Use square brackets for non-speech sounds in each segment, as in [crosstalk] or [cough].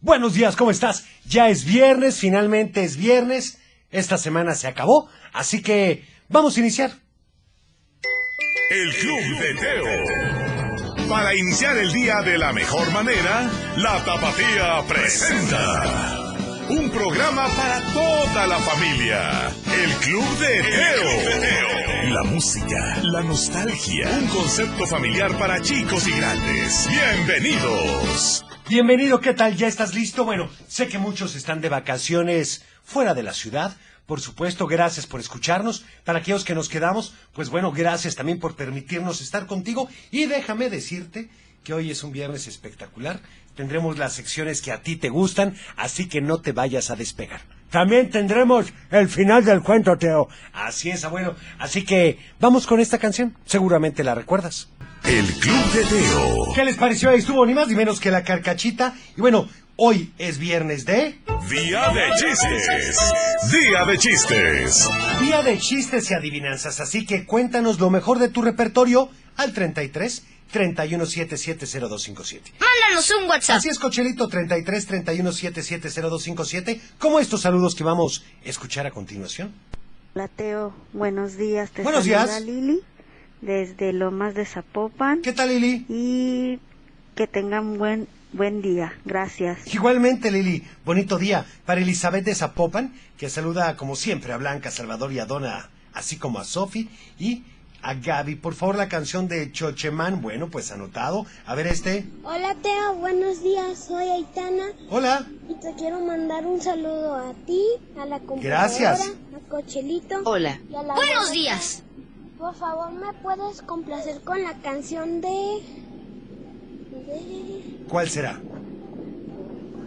Buenos días, ¿cómo estás? Ya es viernes, finalmente es viernes. Esta semana se acabó, así que vamos a iniciar. El Club de Teo. Para iniciar el día de la mejor manera, la Tapatía presenta un programa para toda la familia. El Club de Teo. La música, la nostalgia, un concepto familiar para chicos y grandes. Bienvenidos. Bienvenido, ¿qué tal? ¿Ya estás listo? Bueno, sé que muchos están de vacaciones fuera de la ciudad. Por supuesto, gracias por escucharnos. Para aquellos que nos quedamos, pues bueno, gracias también por permitirnos estar contigo. Y déjame decirte que hoy es un viernes espectacular. Tendremos las secciones que a ti te gustan, así que no te vayas a despegar. También tendremos el final del cuento, Teo. Así es, abuelo. Así que vamos con esta canción. Seguramente la recuerdas. El Club de Teo. ¿Qué les pareció? Ahí estuvo ni más ni menos que la carcachita. Y bueno, hoy es viernes de... Día de chistes. Día de chistes. Día de chistes y adivinanzas, así que cuéntanos lo mejor de tu repertorio al 33 31770257. Mándanos un WhatsApp. Así es, Cochelito, 33 31770257, como estos saludos que vamos a escuchar a continuación. Lateo, buenos días. Te Buenos saluda días. Lili desde Lomas de Zapopan ¿Qué tal, Lili? y que tengan buen buen día. Gracias. Igualmente, Lili, bonito día para Elizabeth de Zapopan, que saluda como siempre a Blanca, Salvador y a Donna, así como a Sofi y a Gaby. Por favor, la canción de Chochemán, bueno, pues anotado. A ver este. Hola Teo, buenos días, soy Aitana Hola. y te quiero mandar un saludo a ti, a la computadora, Gracias. a Cochelito Hola. y a la Buenos Blanca. días. Por favor, ¿me puedes complacer con la canción de... de ¿Cuál será?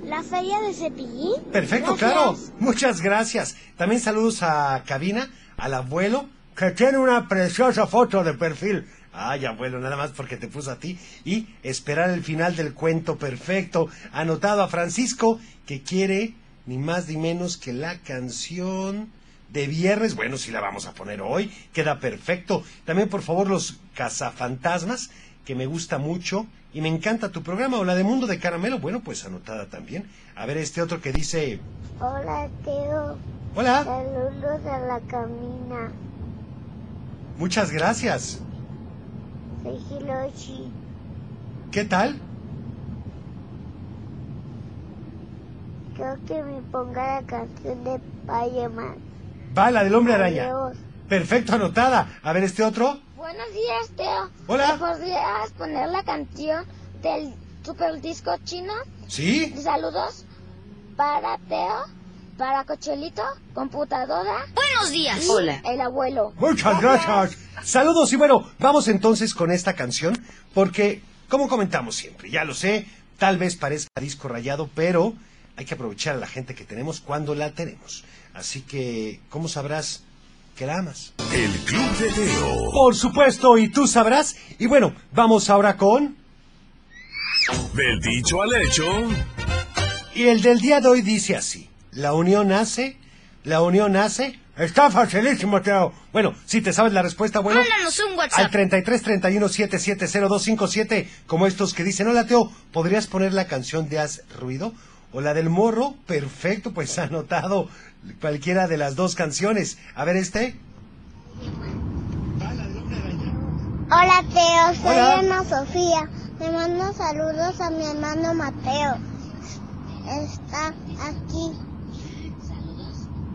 La Feria de Cepillín? Perfecto, Gracias. claro. Muchas gracias. También saludos a Cabina, al abuelo, que tiene una preciosa foto de perfil. Ay, abuelo, nada más porque te puso a ti. Y esperar el final del cuento perfecto. Anotado a Francisco, que quiere ni más ni menos que la canción de viernes. Bueno, si la vamos a poner hoy, queda perfecto. También, por favor, los cazafantasmas, que me gusta mucho y me encanta tu programa. O la de Mundo de Caramelo, bueno, pues anotada también. A ver, este otro que dice... Hola Teo, Hola, saludos a la camina, muchas gracias. soy Hiroshi. ¿Qué tal? Creo que me ponga la canción de Payaman. Va, la del hombre araña. Perfecto, anotada. A ver, este otro. Buenos días, Teo. Hola. ¿Me podrías poner la canción del super disco chino? ¿Sí? Saludos para Teo, para Cochelito, computadora Buenos días. y Hola. el abuelo. Muchas gracias. Saludos y bueno, vamos entonces con esta canción porque, como comentamos siempre, ya lo sé, tal vez parezca disco rayado, pero hay que aprovechar a la gente que tenemos cuando la tenemos. Así que, ¿cómo sabrás que la amas? El Club de Teo. Por supuesto, y tú sabrás. Y bueno, vamos ahora con... Del dicho al hecho. Y el del día de hoy dice así: La unión hace, la unión hace. Está facilísimo, Teo. Bueno, si te sabes la respuesta, bueno. Mándanos un Al WhatsApp. 33 31 770257, como estos que dicen, hola Teo, ¿podrías poner la canción de Haz Ruido? O la del morro, perfecto, pues anotado cualquiera de las dos canciones. A ver este. Hola, Teo. Soy Hola. Ana Sofía. Te mando saludos a mi hermano Mateo. Está aquí.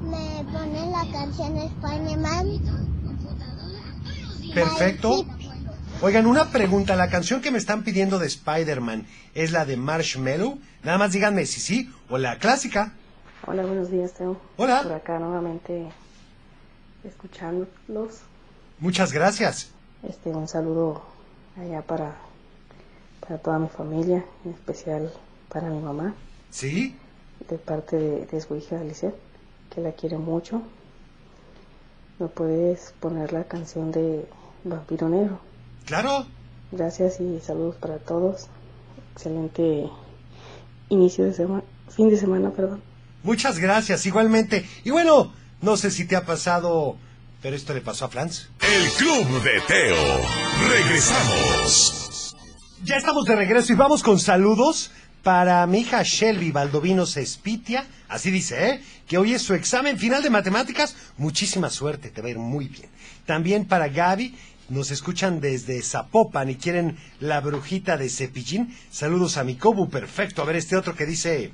Me pone la canción Spider-Man. Perfecto. Oigan, una pregunta. La canción que me están pidiendo de Spider-Man es la de Marshmallow. Nada más díganme si sí o la clásica. Hola, buenos días, Teo. Hola. Por acá nuevamente escuchándolos. Muchas gracias. Este, un saludo allá para, para toda mi familia, en especial para mi mamá, ¿Sí? de parte de, de su hija Lisette, que la quiere mucho. ¿Me puedes poner la canción de Vampiro Negro? Claro. Gracias y saludos para todos. Excelente inicio de semana, fin de semana, perdón. Muchas gracias, igualmente. Y bueno, no sé si te ha pasado, pero esto le pasó a Franz. El Club de Teo. Regresamos. Ya estamos de regreso y vamos con saludos para mi hija Shelby Baldovino Cespitia, así dice, ¿eh? que hoy es su examen final de matemáticas. Muchísima suerte, te va a ir muy bien. También para Gaby, nos escuchan desde Zapopan y quieren la brujita de Cepillín. Saludos a mi cobu, perfecto. A ver este otro que dice...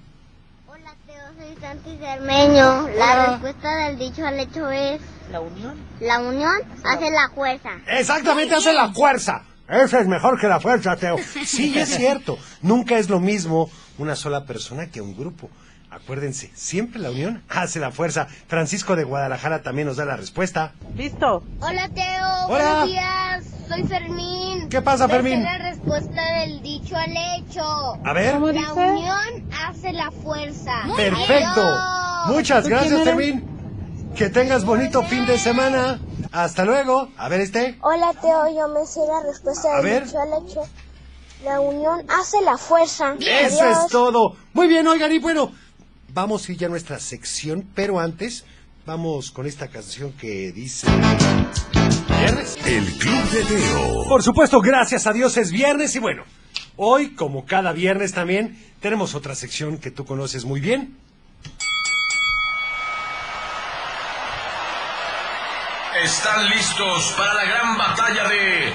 Hola, Teo, soy Santi Cermeño. La respuesta del dicho al hecho es... La unión. La unión hace la fuerza. Exactamente, hace la fuerza. Eso es mejor que la fuerza, [laughs] Teo. Sí, es cierto. Nunca es lo mismo una sola persona que un grupo. Acuérdense, siempre la unión hace la fuerza. Francisco de Guadalajara también nos da la respuesta. Listo. Hola, Teo. Hola. Buenos días. Soy Fermín. ¿Qué pasa, Esa es Fermín? la respuesta del dicho al hecho. A ver. ¿Cómo La dice? unión hace la fuerza. Perfecto. Adiós. Muchas ¿Tú quién gracias, eres? Fermín. Que tengas bonito fin de semana. Hasta luego. A ver este. Hola Teo, yo me sé la respuesta A del ver. dicho al hecho. La unión hace la fuerza. Eso Adiós. es todo. Muy bien, oigan, y bueno, vamos a ir ya a nuestra sección, pero antes vamos con esta canción que dice... ¿Viernes? El Club de Teo. Por supuesto, gracias a Dios es viernes y bueno, hoy como cada viernes también tenemos otra sección que tú conoces muy bien. están listos para la gran batalla de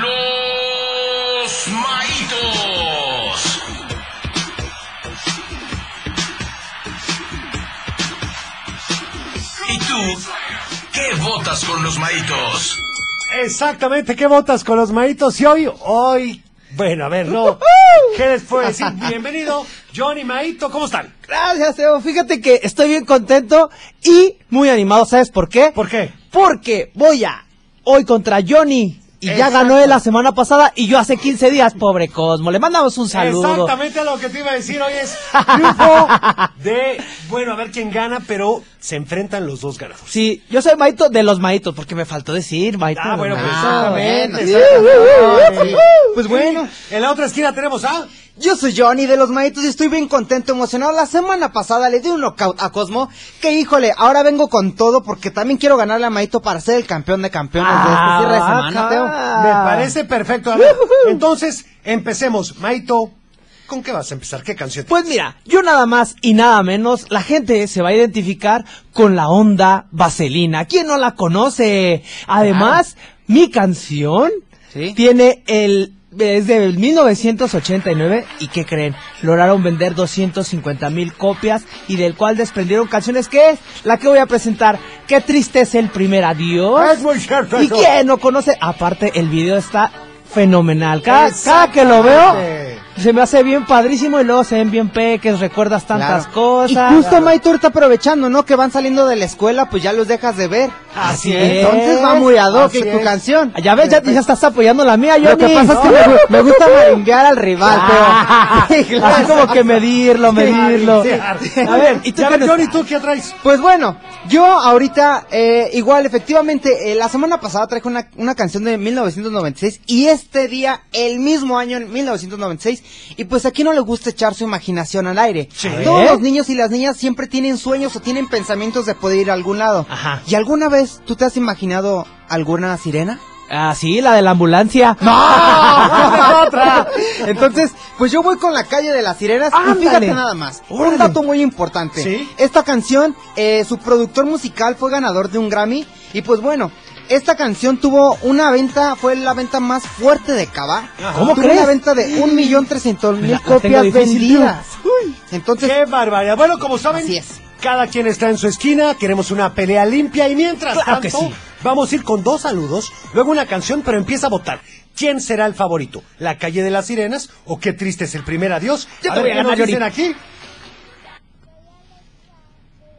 los maitos. ¿Y tú qué votas con los maitos? Exactamente, ¿qué votas con los maritos? Y hoy, hoy, bueno, a ver, no, ¿qué les puedo decir? Bienvenido, Johnny Maito, ¿cómo están? Gracias, Evo. Fíjate que estoy bien contento y muy animado. ¿Sabes por qué? ¿Por qué? Porque voy a hoy contra Johnny. Y ya Exacto. ganó él la semana pasada y yo hace 15 días, pobre Cosmo. Le mandamos un saludo. Exactamente lo que te iba a decir hoy es [laughs] triunfo de, bueno, a ver quién gana, pero se enfrentan los dos ganadores. Sí, yo soy Maito de los Maitos, porque me faltó decir Maito. Ah, de bueno, los pues Maitos. exactamente. Sí. Uh, exactamente. Pues bueno. En la otra esquina tenemos a... Yo soy Johnny de los Maitos y estoy bien contento, emocionado. La semana pasada le di un knockout a Cosmo, que híjole, ahora vengo con todo porque también quiero ganarle a Maito para ser el campeón de campeones de este cierre de semana, Teo. Ah. Me parece perfecto. A ver, entonces, empecemos. Maito, ¿con qué vas a empezar? ¿Qué canción? Pues mira, yo nada más y nada menos, la gente se va a identificar con la onda vaselina. ¿Quién no la conoce? Además, mi canción Sí. tiene el... Es de 1989 y ¿qué creen? Lograron vender 250 mil copias y del cual desprendieron canciones que es la que voy a presentar. Qué triste es el primer adiós. Es muy cierto Pues, ¿Y eso. quién no conoce? Aparte, el video está fenomenal. Cada, cada que lo veo, Exactamente. se me hace bien padrísimo y luego se ven bien peques, recuerdas tantas Claro. cosas. Y justo Maito está aprovechando, ¿no? Que van saliendo de la escuela, pues ya los dejas de ver. Así es. Entonces va muy ad hoc Así tu es. canción. Ah, Ya ves, ya, ya estás apoyando la mía, yo Lo que pasa es que me, gu- me [laughs] gusta marimbear al rival, Ah. Teo. Sí, claro. Así como que medirlo, medirlo. Sí. A ver, ¿y tú Ya qué ves, nos- Johnny, ¿tú qué traes? Pues bueno, yo ahorita, eh, igual, efectivamente, eh, la semana pasada traje una, una canción de 1996 y este día, el mismo año, en 1996, y pues aquí no le gusta echar su imaginación al aire. Sí. Todos ¿Eh? los niños y las niñas siempre tienen sueños o tienen pensamientos de poder ir a algún lado. Ajá. ¿Y alguna vez tú te has imaginado alguna sirena? Ah, sí, la de la ambulancia. [laughs] Ah. ¡No! [laughs] otra! Entonces, pues yo voy con la calle de las sirenas Ándale. y fíjate nada más. Órale. Un dato muy importante. Sí. Esta canción, eh, su productor musical fue ganador de un Grammy. Y pues bueno, esta canción tuvo una venta, fue la venta más fuerte de Cava. ¿Cómo tuvo crees? una venta de un millón trescientos La- mil la tengo copias difícil, vendidas. Entonces, ¡Qué barbaridad! Bueno, como saben, Así es. cada quien está en su esquina, queremos una pelea limpia y mientras Claro que tanto sí. vamos a ir con dos saludos, luego una canción, pero empieza a votar. ¿Quién será el favorito? ¿La calle de las sirenas o qué triste es el primer adiós? Yo a te ver, voy a ¿qué nos ganar, dicen Yuri. aquí?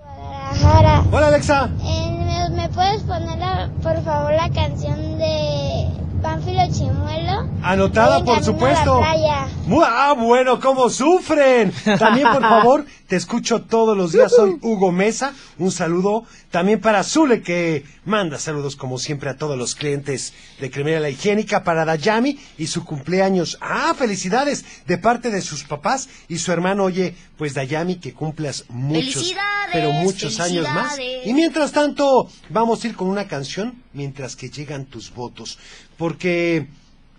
Hola, Alexa. Eh, ¿me, puedes poner, por favor, la canción de Pánfilo Chimuelo? Anotada, por supuesto. Mu- Ah, bueno, cómo sufren. También, por favor, te escucho todos los días. Soy Hugo Mesa. Un saludo también para Zule, que manda saludos, como siempre, a todos los clientes de Cremera La Higiénica, para Dayami y su cumpleaños. Ah, felicidades de parte de sus papás y su hermano. Oye, pues Dayami, que cumplas muchos, Felicidades, pero muchos años más. felicidades. Y mientras tanto, vamos a ir con una canción mientras que llegan tus votos. Porque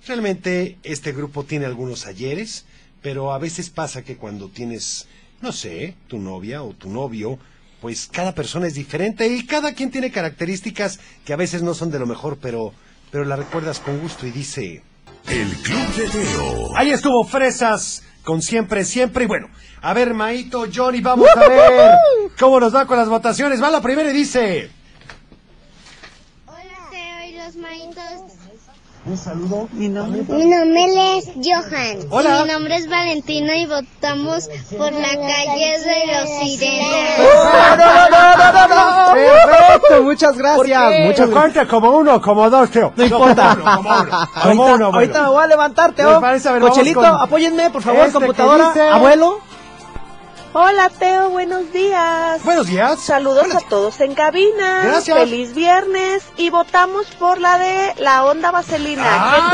realmente este grupo tiene algunos ayeres, pero a veces pasa que cuando tienes, no sé, tu novia o tu novio, pues cada persona es diferente y cada quien tiene características que a veces no son de lo mejor, pero, pero la recuerdas con gusto y dice... El Club de Teo. Ahí estuvo Fresas con siempre, siempre. Y bueno, a ver, Maito, Johnny, vamos a ver cómo nos va con las votaciones. Va la primera y dice... Hola, Teo y los maitos. Un saludo. Mi nombre es Johan. Hola. Mi nombre es Valentina y votamos por la calle de los sirenas. Perfecto, muchas gracias. Eh. Muchas Mucho gracias. cuenta como uno, como dos, Teo. No importa. Como uno, como Ahorita, uno, abuelo. ahorita me voy a levantar, Teo. Me parece, a ver, Cochelito, vamos con apóyenme, por favor, este computadora. que dice- Abuelo. Hola Teo, buenos días. Buenos días. Saludos Buenas- a todos en cabina. Gracias. Feliz viernes y votamos por la de la onda vaselina. Ah.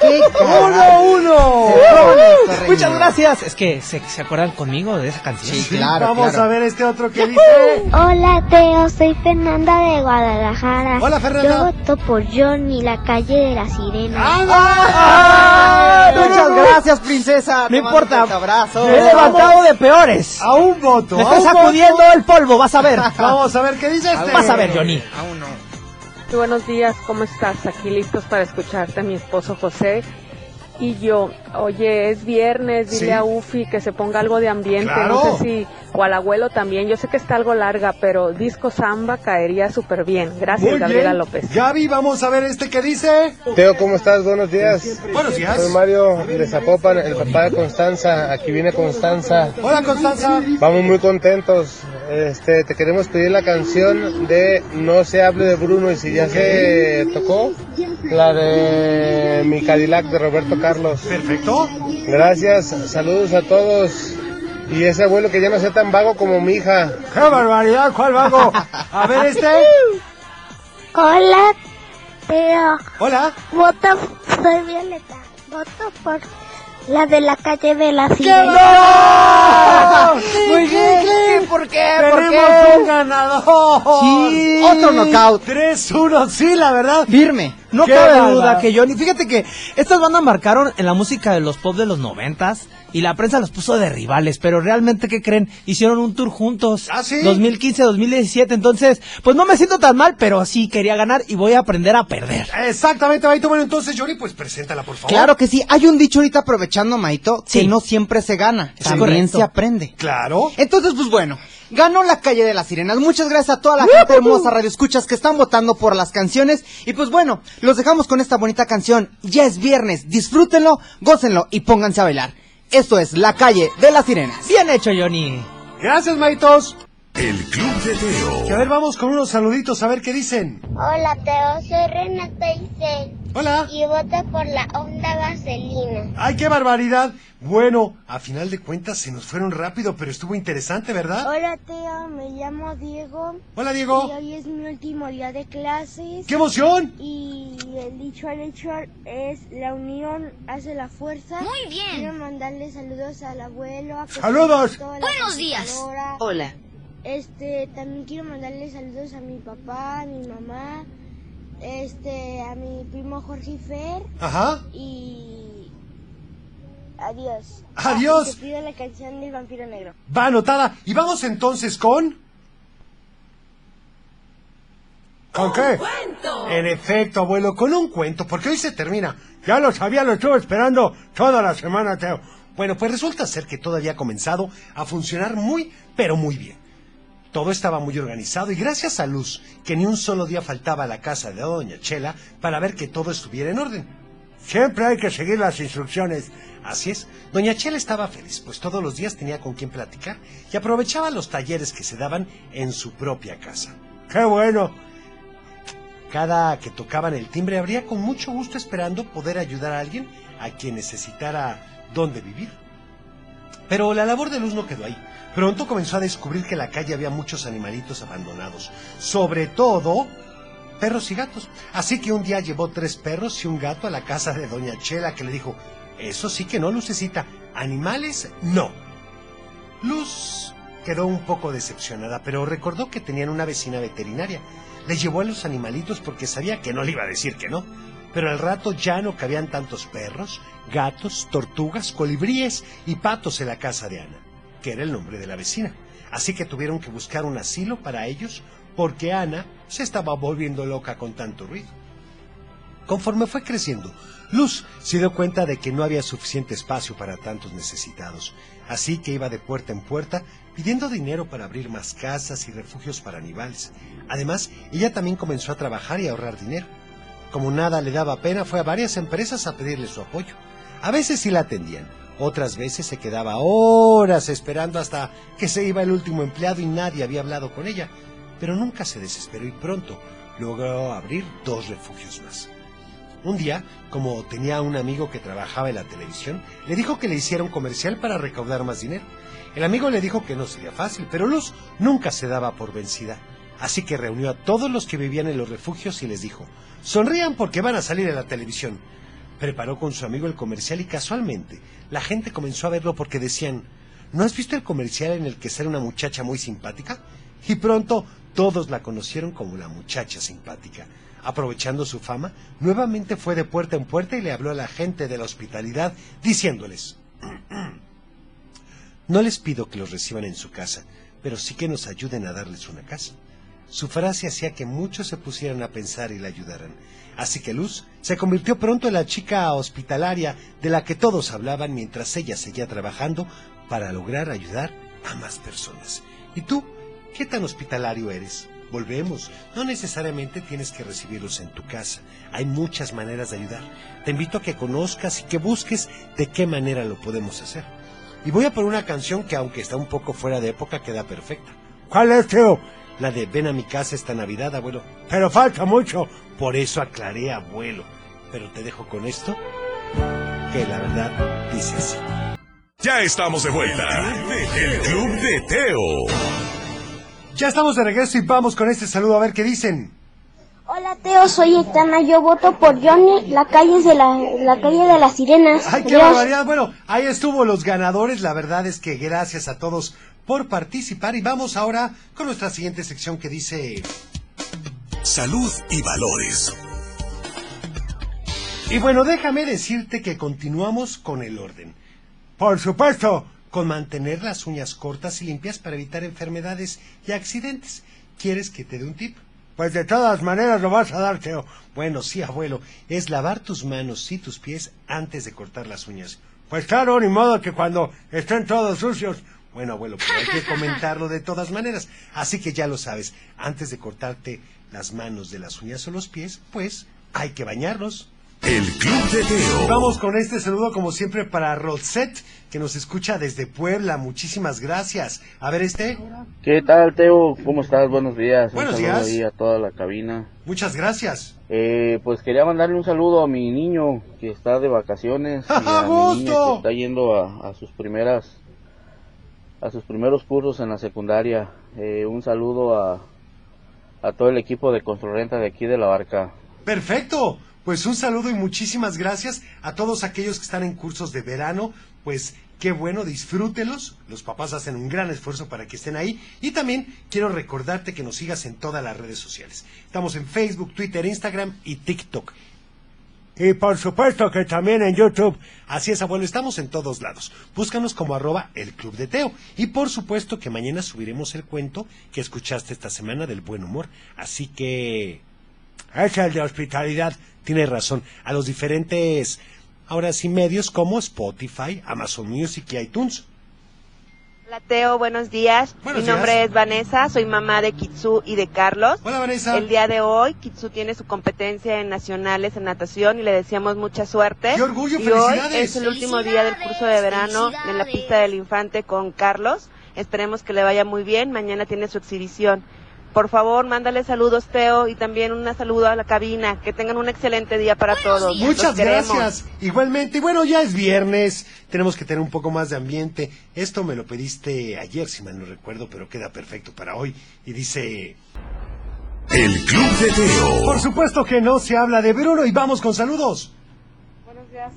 ¡Qué ¡Ándale! Qué ¡Uno, uno! caray. Muchas gracias. Es que se, se acuerdan conmigo de esa canción. Sí, claro. Vamos claro. a ver este otro que dice. Hola, Teo. Soy Fernanda de Guadalajara. Hola, Fernanda. Yo voto por Johnny, la calle de las sirenas. Ah, Muchas gracias, princesa. No Te mando importa. un fuerte abrazo. Me he levantado de peores. A un voto. Me a estoy un voto. sacudiendo el polvo, vas [laughs] a ver. Ah, Vamos a ver qué dice este. Vas a ver, Johnny. Aún no. Buenos días, ¿cómo estás? Aquí listos para escucharte, mi esposo José y yo. Oye, es viernes, dile Sí. a Ufi que se ponga algo de ambiente, Claro. no sé si, o al abuelo también. Yo sé que está algo larga, pero disco samba caería súper bien. Gracias, Muy Gabriela bien. López. Gaby, vamos a ver este que dice. Teo, ¿cómo estás? Buenos días. Buenos días. Soy Mario de Zapopan, el papá de Constanza. Aquí viene Constanza. Hola, Constanza. Vamos muy contentos. Este, te queremos pedir la canción de No se hable de Bruno y si ya se tocó, la de Mi Cadillac de Roberto Carlos. Perfecto. Gracias, saludos a todos. Y ese abuelo que ya no sea tan vago como mi hija. ¡Qué barbaridad! ¿Cuál vago? A ver este. Hola, Teo. Hola. Voto, soy Violeta. Voto por la de la calle de las sirenas. ¡No! Muy bien. ¿Por qué? ¿Por Tenemos qué? un ganador. Sí. Otro knockout. 3-1, sí, la verdad. Firme. No Qué cabe bárbaro. duda que Johnny. Fíjate que estas bandas marcaron en la música de los pop de los noventas y la prensa los puso de rivales, pero realmente, ¿qué creen? Hicieron un tour juntos. ¿Ah, sí? 2015-2017. Entonces, pues no me siento tan mal, pero sí quería ganar y voy a aprender a perder. Exactamente, Maito. Bueno, entonces, Johnny, pues preséntala, por favor. Claro que sí. Hay un dicho ahorita aprovechando, Maito, Sí. que no siempre se gana. Es También correcto. se aprende. Claro. Entonces, pues bueno, ganó la calle de las sirenas. Muchas gracias a toda la gente hermosa Radio Escuchas que están votando por las canciones. Y pues bueno, los dejamos con esta bonita canción. Ya es viernes, disfrútenlo, gócenlo y pónganse a bailar. Esto es La calle de las sirenas. Bien hecho, Johnny. Gracias, Maitos. El Club de Y a ver, Teo. vamos con unos saluditos a ver qué dicen. Hola, Teo. Soy Renata Isel. Hola. Y voto por la onda vaselina. ¡Ay, qué barbaridad! Bueno, a final de cuentas se nos fueron rápido, pero estuvo interesante, ¿verdad? Hola Teo, me llamo Diego Hola, y Diego. hoy es mi último día de clases ¡Qué emoción! y el dicho al hecho es la unión hace la fuerza. Muy bien. Quiero mandarle saludos al abuelo. A Saludos. Buenos días. Hola. Este, también quiero mandarle saludos a mi papá, a mi mamá, este, a mi primo Jorge y Fer Ajá. y adiós. Adiós. Ah, y te pido la canción del vampiro negro. Va anotada. Y vamos entonces con. ¿Con qué? En efecto, abuelo, con un cuento, porque hoy se termina. Ya lo sabía, lo estuve esperando toda la semana, Teo. Bueno, pues resulta ser que todo había comenzado a funcionar muy, pero muy bien. Todo estaba muy organizado y gracias a Luz, que ni un solo día faltaba a la casa de Doña Chela para ver que todo estuviera en orden. Siempre hay que seguir las instrucciones. Así es, Doña Chela estaba feliz, pues todos los días tenía con quien platicar y aprovechaba los talleres que se daban en su propia casa. ¡Qué bueno! Cada que tocaban el timbre habría con mucho gusto esperando poder ayudar a alguien a quien necesitara dónde vivir. Pero la labor de Luz no quedó ahí. Pronto comenzó a descubrir que en la calle había muchos animalitos abandonados, sobre todo perros y gatos. Así que un día llevó tres perros y un gato a la casa de Doña Chela que le dijo, eso sí que no, Lucecita, animales no. Luz quedó un poco decepcionada, pero recordó que tenían una vecina veterinaria. Le llevó a los animalitos porque sabía que no le iba a decir que no. pero al rato ya no cabían tantos perros, gatos, tortugas, colibríes y patos en la casa de Ana, que era el nombre de la vecina. Así que tuvieron que buscar un asilo para ellos porque Ana se estaba volviendo loca con tanto ruido. Conforme fue creciendo, Luz se dio cuenta de que no había suficiente espacio para tantos necesitados, así que iba de puerta en puerta pidiendo dinero para abrir más casas y refugios para animales. Además, ella también comenzó a trabajar y a ahorrar dinero. Como nada le daba pena, fue a varias empresas a pedirle su apoyo. A veces sí la atendían, otras veces se quedaba horas esperando hasta que se iba el último empleado y nadie había hablado con ella, pero nunca se desesperó y pronto logró abrir dos refugios más. Un día, como tenía un amigo que trabajaba en la televisión, le dijo que le hiciera un comercial para recaudar más dinero. El amigo le dijo que no sería fácil, pero Luz nunca se daba por vencida. Así que reunió a todos los que vivían en los refugios y les dijo, sonrían porque van a salir en la televisión. Preparó con su amigo el comercial y casualmente la gente comenzó a verlo porque decían, ¿no has visto el comercial en el que sale una muchacha muy simpática? Y pronto todos la conocieron como la muchacha simpática. Aprovechando su fama, nuevamente fue de puerta en puerta y le habló a la gente de la hospitalidad diciéndoles, no les pido que los reciban en su casa, pero sí que nos ayuden a darles una casa. Su frase hacía que muchos se pusieran a pensar y la ayudaran. Así que Luz se convirtió pronto en la chica hospitalaria de la que todos hablaban mientras ella seguía trabajando para lograr ayudar a más personas. ¿Y tú? ¿Qué tan hospitalario eres? Volvemos. No necesariamente tienes que recibirlos en tu casa. Hay muchas maneras de ayudar. Te invito a que conozcas y que busques de qué manera lo podemos hacer. Y voy a poner una canción que aunque está un poco fuera de época queda perfecta. ¿Cuál es, tío? La de Ven a mi casa esta Navidad, abuelo. Pero falta mucho. Por eso aclaré, abuelo. Pero te dejo con esto, que la verdad dice así. Ya estamos de vuelta. El Club de Teo. Ya estamos de regreso y vamos con este saludo a ver qué dicen. Hola Teo, soy Etana, yo voto por Johnny, la calle de la, la calle de las sirenas. Ay, qué Adiós. barbaridad. Bueno, ahí estuvo los ganadores. La verdad es que gracias a todos por participar y vamos ahora con nuestra siguiente sección que dice Salud y valores. Y bueno, déjame decirte que continuamos con el orden. Por supuesto, con mantener las uñas cortas y limpias para evitar enfermedades y accidentes. ¿Quieres que te dé un tip? Pues de todas maneras lo vas a dar, Teo. Bueno, sí, abuelo, es lavar tus manos y tus pies antes de cortar las uñas. Pues claro, ni modo que cuando estén todos sucios. Bueno, abuelo, pero hay que comentarlo de todas maneras. Así que ya lo sabes, antes de cortarte las manos de las uñas o los pies, pues hay que bañarlos. El Club de Teo. Vamos con este saludo como siempre para Roset, que nos escucha desde Puebla. Muchísimas gracias. A ver este. ¿Qué tal, Teo? ¿Cómo estás? Buenos días. Buenos un saludo días. ahí a toda la cabina. Muchas gracias. Eh, pues quería mandarle un saludo a mi niño que está de vacaciones. Y [laughs] ¡Ah, a mi niña gusto! que está yendo a, a sus primeras a sus primeros cursos en la secundaria. Eh, un saludo a, a todo el equipo de Construrenta de aquí de la barca. Perfecto. Pues un saludo y muchísimas gracias a todos aquellos que están en cursos de verano. Pues qué bueno, disfrútelos. Los papás hacen un gran esfuerzo para que estén ahí. Y también quiero recordarte que nos sigas en todas las redes sociales. Estamos en Facebook, Twitter, Instagram y TikTok. Y por supuesto que también en YouTube. Así es, abuelo, estamos en todos lados. Búscanos como arroba el Club de Teo. Y por supuesto que mañana subiremos el cuento que escuchaste esta semana del buen humor. Así que... Ah, Es el de hospitalidad. Tiene razón. A los diferentes, ahora sí, medios como Spotify, Amazon Music y iTunes. Hola Teo, buenos días. Buenos Mi días. nombre es Vanessa, soy mamá de Kitsu y de Carlos. Hola Vanessa. El día de hoy Kitsu tiene su competencia en nacionales en natación y le deseamos mucha suerte. ¡Qué orgullo! Y hoy ¡Felicidades! es el último día del curso de verano en la pista del infante con Carlos. Esperemos que le vaya muy bien, mañana tiene su exhibición. Por favor, mándale saludos Teo y también un saludo a la cabina. Que tengan un excelente día para todos. Los Muchas queremos. gracias. Igualmente, y bueno, ya es viernes. Tenemos que tener un poco más de ambiente. Esto me lo pediste ayer, si mal no recuerdo, pero queda perfecto para hoy. Y dice... El Club de Teo. Por supuesto que no se habla de Bruno y vamos con saludos.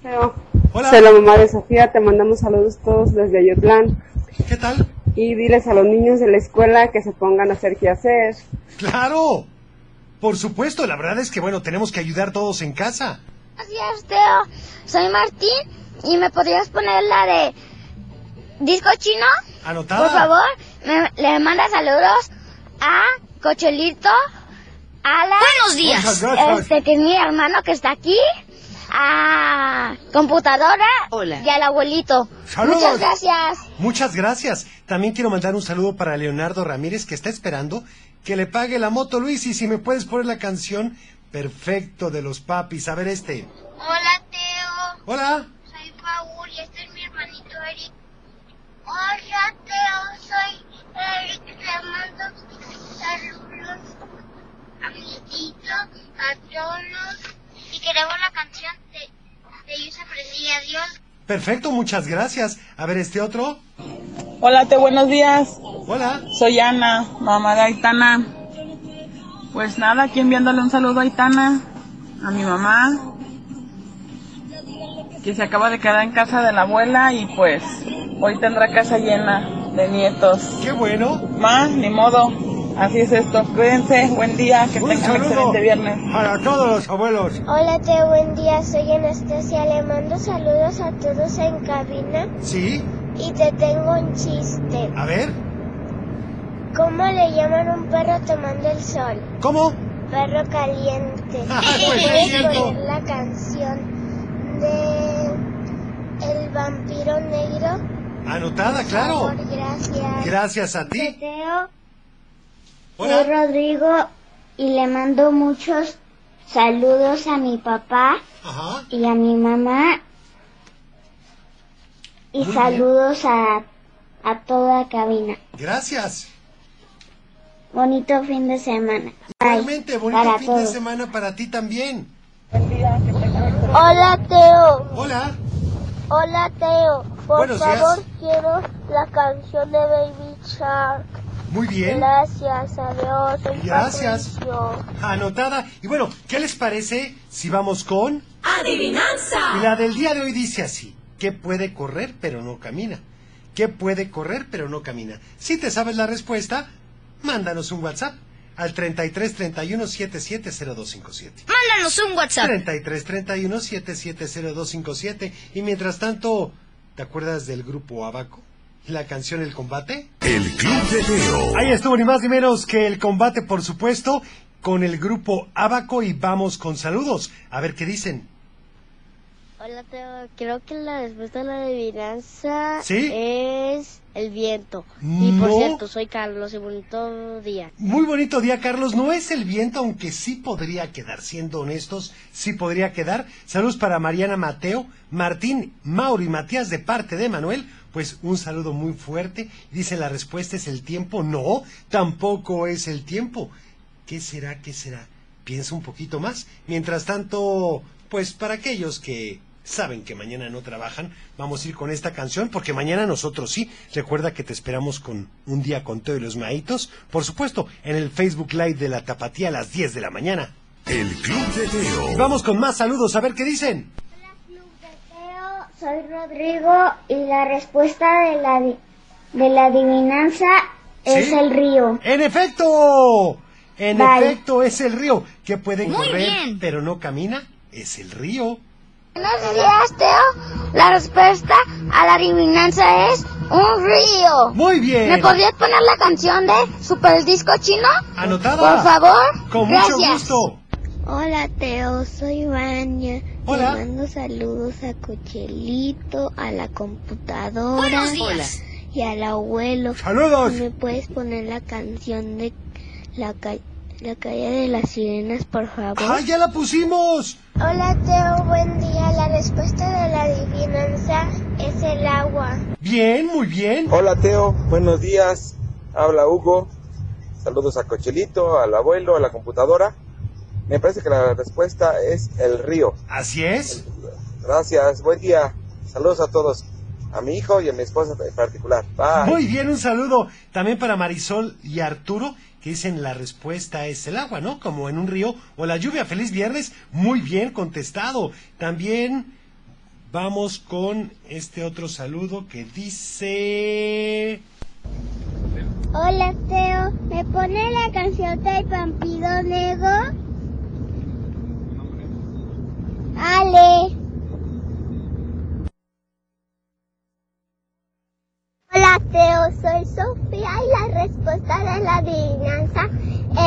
Teo. Hola. Soy la mamá de Sofía, te mandamos saludos todos desde Ayotlán. ¿Qué tal? Y diles a los niños de la escuela que se pongan a hacer qué hacer. ¡Claro! Por supuesto, la verdad es que bueno, tenemos que ayudar todos en casa. Buenos días, Teo. Soy Martín y me podrías poner la de disco chino. Anotada. Ah. Por favor, me- le manda saludos a Cochelito, a la... Buenos días. Muchas gracias. Este, que es mi hermano que está aquí, a computadora y al abuelito. Saludos. Muchas gracias. Muchas gracias. También quiero mandar un saludo para Leonardo Ramírez que está esperando que le pague la moto Luis y si me puedes poner la canción perfecto de los papis. A ver este. Hola, Teo. Hola. Soy Paul y este es mi hermanito Eric. Hola, Teo. Soy Eric. Te mando saludos a mi hijito, a todos. Y queremos la canción de, de Yo aprendí a Dios. Perfecto, muchas gracias. A ver este otro. Hola, te buenos días. Hola. Soy Ana, mamá de Aitana. Pues nada, aquí enviándole un saludo a Aitana, a mi mamá, que se acaba de quedar en casa de la abuela y pues hoy tendrá casa llena de nietos. Qué bueno. Más, ni modo. Así es esto. Cuídense, buen día, que tengan un saludo. excelente viernes. Para todos los abuelos. Hola, Teo. Buen día. Soy Anastasia. Le mando saludos a todos en cabina. Sí. Y te tengo un chiste. A ver. ¿Cómo le llaman a un perro tomando el sol? ¿Cómo? Perro [laughs] caliente. pues, sí, ¿Puedes cierto. poner la canción de El vampiro negro? Anotada, claro. Por favor, gracias. Gracias a ti. Teo, Hola. soy eh, Rodrigo y le mando muchos saludos a mi papá Ajá. y a mi mamá y Muy bien. saludos a, a toda cabina. Gracias. Bonito fin de semana. Bye. Igualmente, bonito Para fin de todos. semana para ti también. Hola Teo. Hola. Hola Teo. Por Buenos favor días. quiero la canción de Baby Shark. Muy bien. Gracias, adiós. soy ¿Eh? Gracias. Patricio. Anotada. Y bueno, ¿qué les parece si vamos con... Adivinanza. Y la del día de hoy dice así. ¿Qué puede correr pero no camina? ¿Qué puede correr pero no camina? Si te sabes la respuesta, mándanos un WhatsApp al 33 31 770257. Mándanos un WhatsApp. 33 31 770257. Y mientras tanto, ¿te acuerdas del grupo Abaco? La canción El Combate. El Club de Teo. Ahí estuvo ni más ni menos que el combate, por supuesto, con el grupo Abaco y vamos con saludos. A ver qué dicen. Hola Teo, creo que la respuesta a la adivinanza ¿Sí? es el viento. Y por No. cierto, soy Carlos y bonito día. Muy bonito día, Carlos. No es el viento, aunque sí podría quedar. Siendo honestos, sí podría quedar. Saludos para Mariana Mateo, Martín, Mauri, Matías de parte de Manuel. Pues un saludo muy fuerte. Dice la respuesta es el tiempo. No, tampoco es el tiempo. ¿Qué será? ¿Qué será? Piensa un poquito más. Mientras tanto, pues para aquellos que saben que mañana no trabajan, vamos a ir con esta canción porque mañana nosotros sí. Recuerda que te esperamos con Un día con Teo y los Maitos, por supuesto, en el Facebook Live de la Tapatía a las 10 de la mañana. El Club de Teo. Y vamos con más saludos a ver qué dicen. Soy Rodrigo y la respuesta de la, di- de la adivinanza es ¿Sí? el río. En efecto, en Bye. efecto es el río que puede Muy correr, bien. pero no camina, es el río. Buenos días, Teo. La respuesta a la adivinanza es un río. Muy bien. ¿Me podrías poner la canción de Super Disco Chino? Anotada. Por favor. Ah, Con Gracias. mucho gusto. Hola Teo, soy Vania. Hola. Te mando saludos a Cochelito, a la computadora Buenos días. y al abuelo. Saludos. ¿Me puedes poner la canción de la, ca- la calle de las sirenas, por favor? ¡Ah, ya la pusimos! Hola Teo, buen día. La respuesta de la adivinanza es el agua. Bien, muy bien. Hola Teo, buenos días. Habla Hugo. Saludos a Cochelito, al abuelo, a la computadora. Me parece que la respuesta es el río. Así es. Gracias, buen día. Saludos a todos. A mi hijo y a mi esposa en particular. Bye. Muy bien, un saludo también para Marisol y Arturo, que dicen la respuesta es el agua, ¿no? Como en un río o la lluvia. Feliz viernes, muy bien contestado. También vamos con este otro saludo que dice... Hola Teo, ¿me pone la canción del vampiro negro? Ale. Hola Teo, soy Sofía y la respuesta de la adivinanza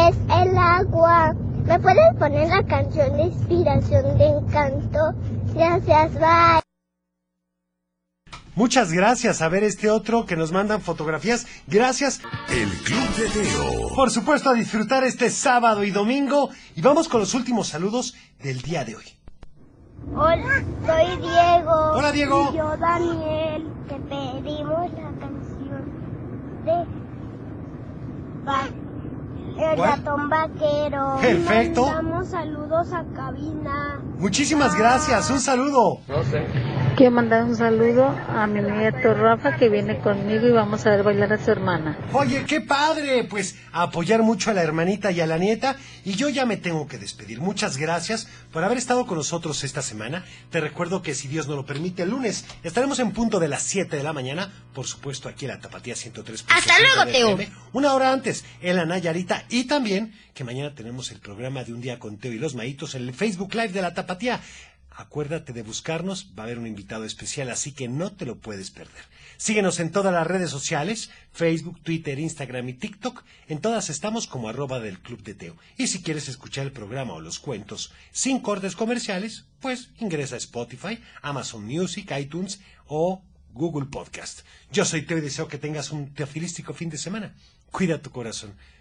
es el agua. ¿Me puedes poner la canción de inspiración de encanto? Gracias, bye. Muchas gracias a ver este otro que nos mandan fotografías. Gracias. El Club de Teo. Por supuesto a disfrutar este sábado y domingo. Y vamos con los últimos saludos del día de hoy. Hola, soy Diego. Hola, Diego. Y yo, Daniel, te pedimos la canción de Va- El ¿Cuál? ratón vaquero. Perfecto. Mandamos saludos a cabina. Muchísimas gracias. Un saludo. Quiero mandar un saludo a mi nieto Rafa que viene conmigo y vamos a ver bailar a su hermana. Oye, qué padre. Pues a apoyar mucho a la hermanita y a la nieta. Y yo ya me tengo que despedir. Muchas gracias por haber estado con nosotros esta semana. Te recuerdo que si Dios nos lo permite, el lunes estaremos en punto de las 7 de la mañana. Por supuesto, aquí en la Tapatía 103. Hasta luego, de Teo. FM, Una hora antes en la Nayarita. Y también que mañana tenemos el programa de Un Día con Teo y los Maitos en el Facebook Live de la Tapatía. Acuérdate de buscarnos, va a haber un invitado especial, así que no te lo puedes perder. Síguenos en todas las redes sociales, Facebook, Twitter, Instagram y TikTok. En todas estamos como arroba del Club de Teo. Y si quieres escuchar el programa o los cuentos sin cortes comerciales, pues ingresa a Spotify, Amazon Music, iTunes o Google Podcast. Yo soy Teo y deseo que tengas un teofilístico fin de semana. Cuida tu corazón.